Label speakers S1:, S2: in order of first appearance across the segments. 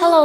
S1: Hello，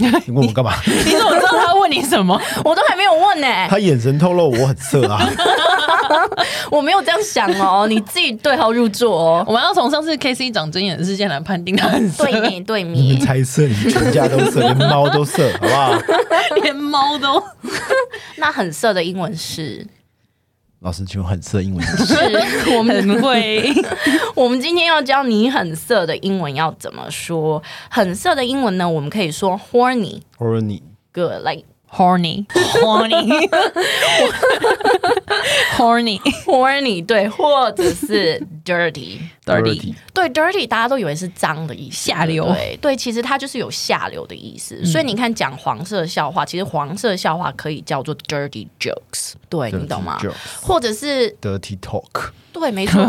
S2: 你问我 干嘛？
S3: 你怎么知道他问你什 么？
S1: 我都还没有问呢、
S2: 他眼神透露我很色 啊！
S1: 我没有这样想哦，你自己对号入座 哦。
S3: 我们要从上次 K C 长针眼的事件来判定他很色，
S1: 对 面对
S2: 你
S1: 面
S2: 们，猜测，你们全家都色，连猫都色，好不好？
S3: 连猫都
S1: 那很色的英文是
S2: 老师，请问很色英文是什么？
S1: 是 我们
S3: 很会。
S1: 我们今天要教你很色的英文要怎么说。很色的英文呢，我们可以说 horny
S2: 我说你
S1: good like
S3: horny horny horny
S1: horny 对，或者 是 dirty。
S3: dirty
S1: 对，dirty 大家都以为是脏的意思，
S3: 下流
S1: 对不对对，其实它就是有下流的意思。所以你看，讲黄色笑话，其实黄色笑话可以叫做 dirty jokes，对你懂吗
S2: Dirty jokes
S1: 或者是
S2: dirty talk，
S1: 对，没 错，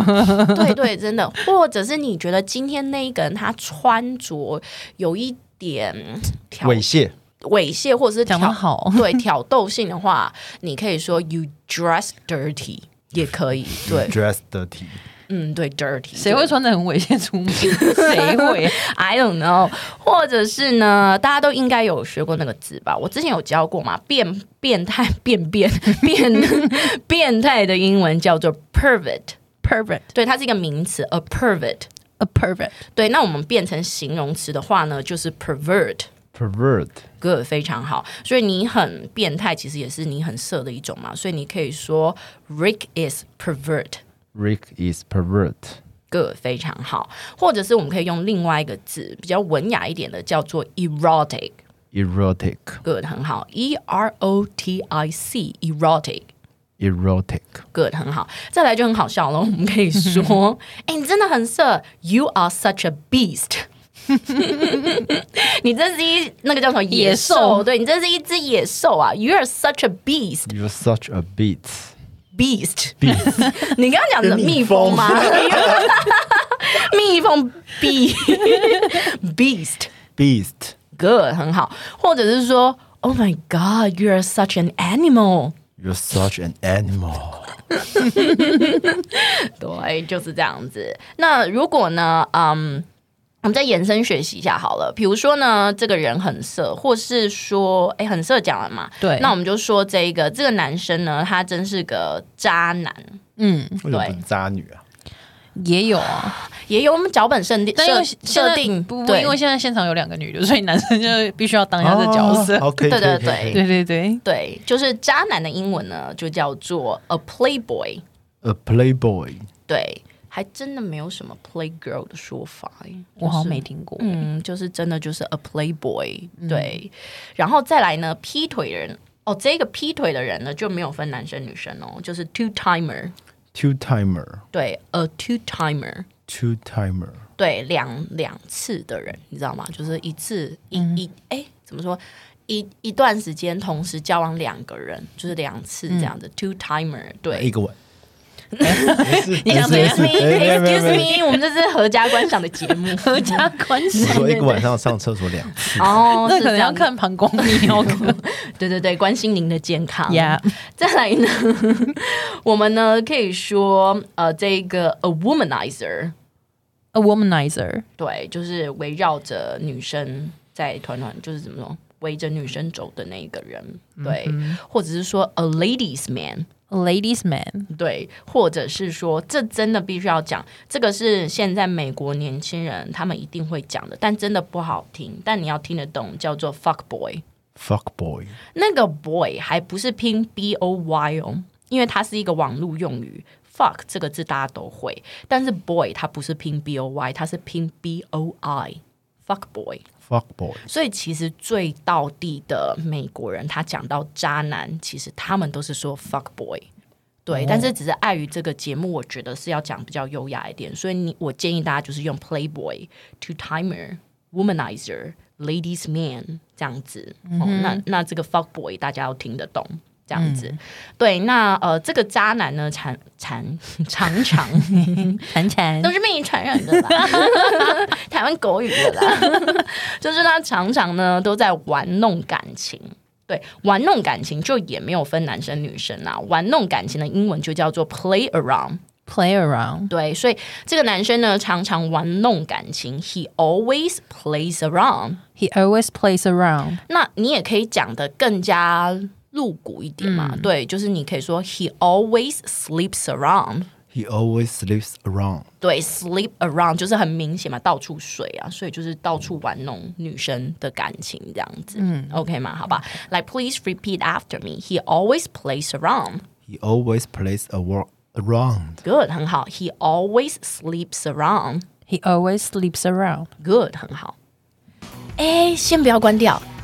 S1: 对对，真的，或者是你觉得今天那一个人他穿着有一点嗯挑
S2: 猥亵
S1: 猥亵，或者是挑
S3: 讲得好
S1: 对挑逗性的话，你可以说 you dress dirty 也可以，对，
S2: ，dress dirty，
S1: 嗯，对，dirty，
S3: 谁会穿的很猥亵出门？谁会？
S1: I don't know，或者是呢，大家都应该有学过那个字吧？我之前有教过嘛，变变态、 变变变变态的英文叫做 pervert，
S3: pervert
S1: 对，它是一个名词，a pervert。
S3: a pervert
S1: 对，那我们变成形容词的话呢，就是 pervert。
S2: pervert，
S1: good 非常好，所以你很变态，其实也是你很色的一种嘛。所以你可以说 Rick is pervert。
S2: Rick is pervert，
S1: good 非常好，或者是我们可以用另外一个字，比较文雅一点的，叫做 erotic。
S2: erotic，
S1: good 很好，e r o t i c erotic。
S2: erotic，
S1: good 很好，再来就很好笑了。我们可以说，哎、你真的很色，You are such a beast 。你真是一那个叫什么
S3: 野兽
S1: 对你真是一只野兽啊！You are such a beast,
S2: you're such a beat。
S1: beast。
S2: beat
S1: 你刚刚讲的蜜蜂吗？ 蜜蜂 bee beast
S2: beast
S1: good 很好，或者是说，Oh my God, you are such an animal。
S2: you're such an animal
S1: 对，就是这样子。那如果呢，嗯，我们再延伸学习一下好了。比如说呢，这个人很色，或是说，哎，很色讲了嘛？
S3: 对
S1: 那我们就说这一个这个男生呢，他真是个渣男。
S2: 为什么不是渣女啊？
S3: 也有啊，
S1: 也有我们脚本设定
S3: 但因为
S1: 设
S3: 现在
S1: 设定，
S3: 不不，
S1: 对
S3: 因为现在现场有两个女的，所以男生就必须要当一下
S2: 哦
S3: 这角色。
S2: o k
S1: 对对
S3: 对对对
S1: 对，就是渣男的英文呢，就叫做 a playboy。
S2: ，a playboy
S1: 对，还真的没有什么 playgirl 的说法欸耶、
S3: 我好像没听过。
S1: 嗯，就是真的就是 a playboy，对。然后再来呢，劈腿人哦，这个劈腿的人呢就没有分男生女生哦，就是 two timer，
S2: two timer
S1: 对，a two timer，
S2: two timer
S1: 对，两两次的人，你知道吗？就是一次一、一哎，怎么说？一一段时间同时交往两个人，就是两次这样的、two timer，对。
S2: 一 个吻。
S3: 你想怎样
S1: Excuse me,
S2: 哎没有没有
S1: excuse me，我们这是合家观赏的节目。
S3: 合家观
S2: 你
S3: 赏，
S2: 说一个晚上上厕所两次，
S1: 哦，
S3: 那
S1: 是
S3: 可能
S1: 这
S3: 要
S1: 样子
S3: 看膀胱哦尿。
S1: 对对对，关心您的健康。
S3: Yeah
S1: 再来呢，我们呢可以说，呃，这个 a womanizer，
S3: a womanizer，
S1: 对，就是围绕着女生在团团，就是怎么说，围着女生走的那一个人，对，或者是说 a ladies man。
S3: A ladies man，
S1: 对，或者是说，这真的必须要讲，这个是现在美国年轻人他们一定会讲的，但真的不好听，但你要听得懂，叫做 fuck boy。
S2: fuck boy
S1: 那个 boy 还不是拼 b o y 哦，因为它是一个网络用语。fuck 这个字大家都会，但是 boy 它不是拼 b o y，它是拼 b o i。fuck boy。
S2: fuck boy
S1: 所以其实最道地的美国人，他讲到渣男，其实他们都是说 fuck boy。对，但是只是碍于这个节目，我觉得是要讲比较优雅一点，所以你我建议大家就是用 playboy、two timer、womanizer、 ladies man 这样子。哦，那那这个 fuck boy 大家要听得懂。这样子，对，那呃，这个渣男呢，常常 常常
S3: 谈谈
S1: 都是被你传染的啦，台湾狗语的啦， 就是他常常呢都在玩弄感情。对，玩弄感情就也没有分男生女生啦，玩弄感情的英文就叫做 play around。
S3: play around，
S1: 对，所以这个男生呢常常玩弄感情，he always plays around。
S3: he always plays around。
S1: 那你也可以讲的更加露骨一点嘛，对，就是你可以说 he always sleeps around。
S2: He always sleeps around.
S1: 对，sleep around 就是很明显嘛，到处睡啊，所以就是到处玩弄女生的感情这样子，嗯，OK 吗？好吧，来，please repeat after me. He always plays around.
S2: He always plays a war around.
S1: Good，很好。He always sleeps around.
S3: He always sleeps around。
S1: Good，很好。哎，先不要关掉，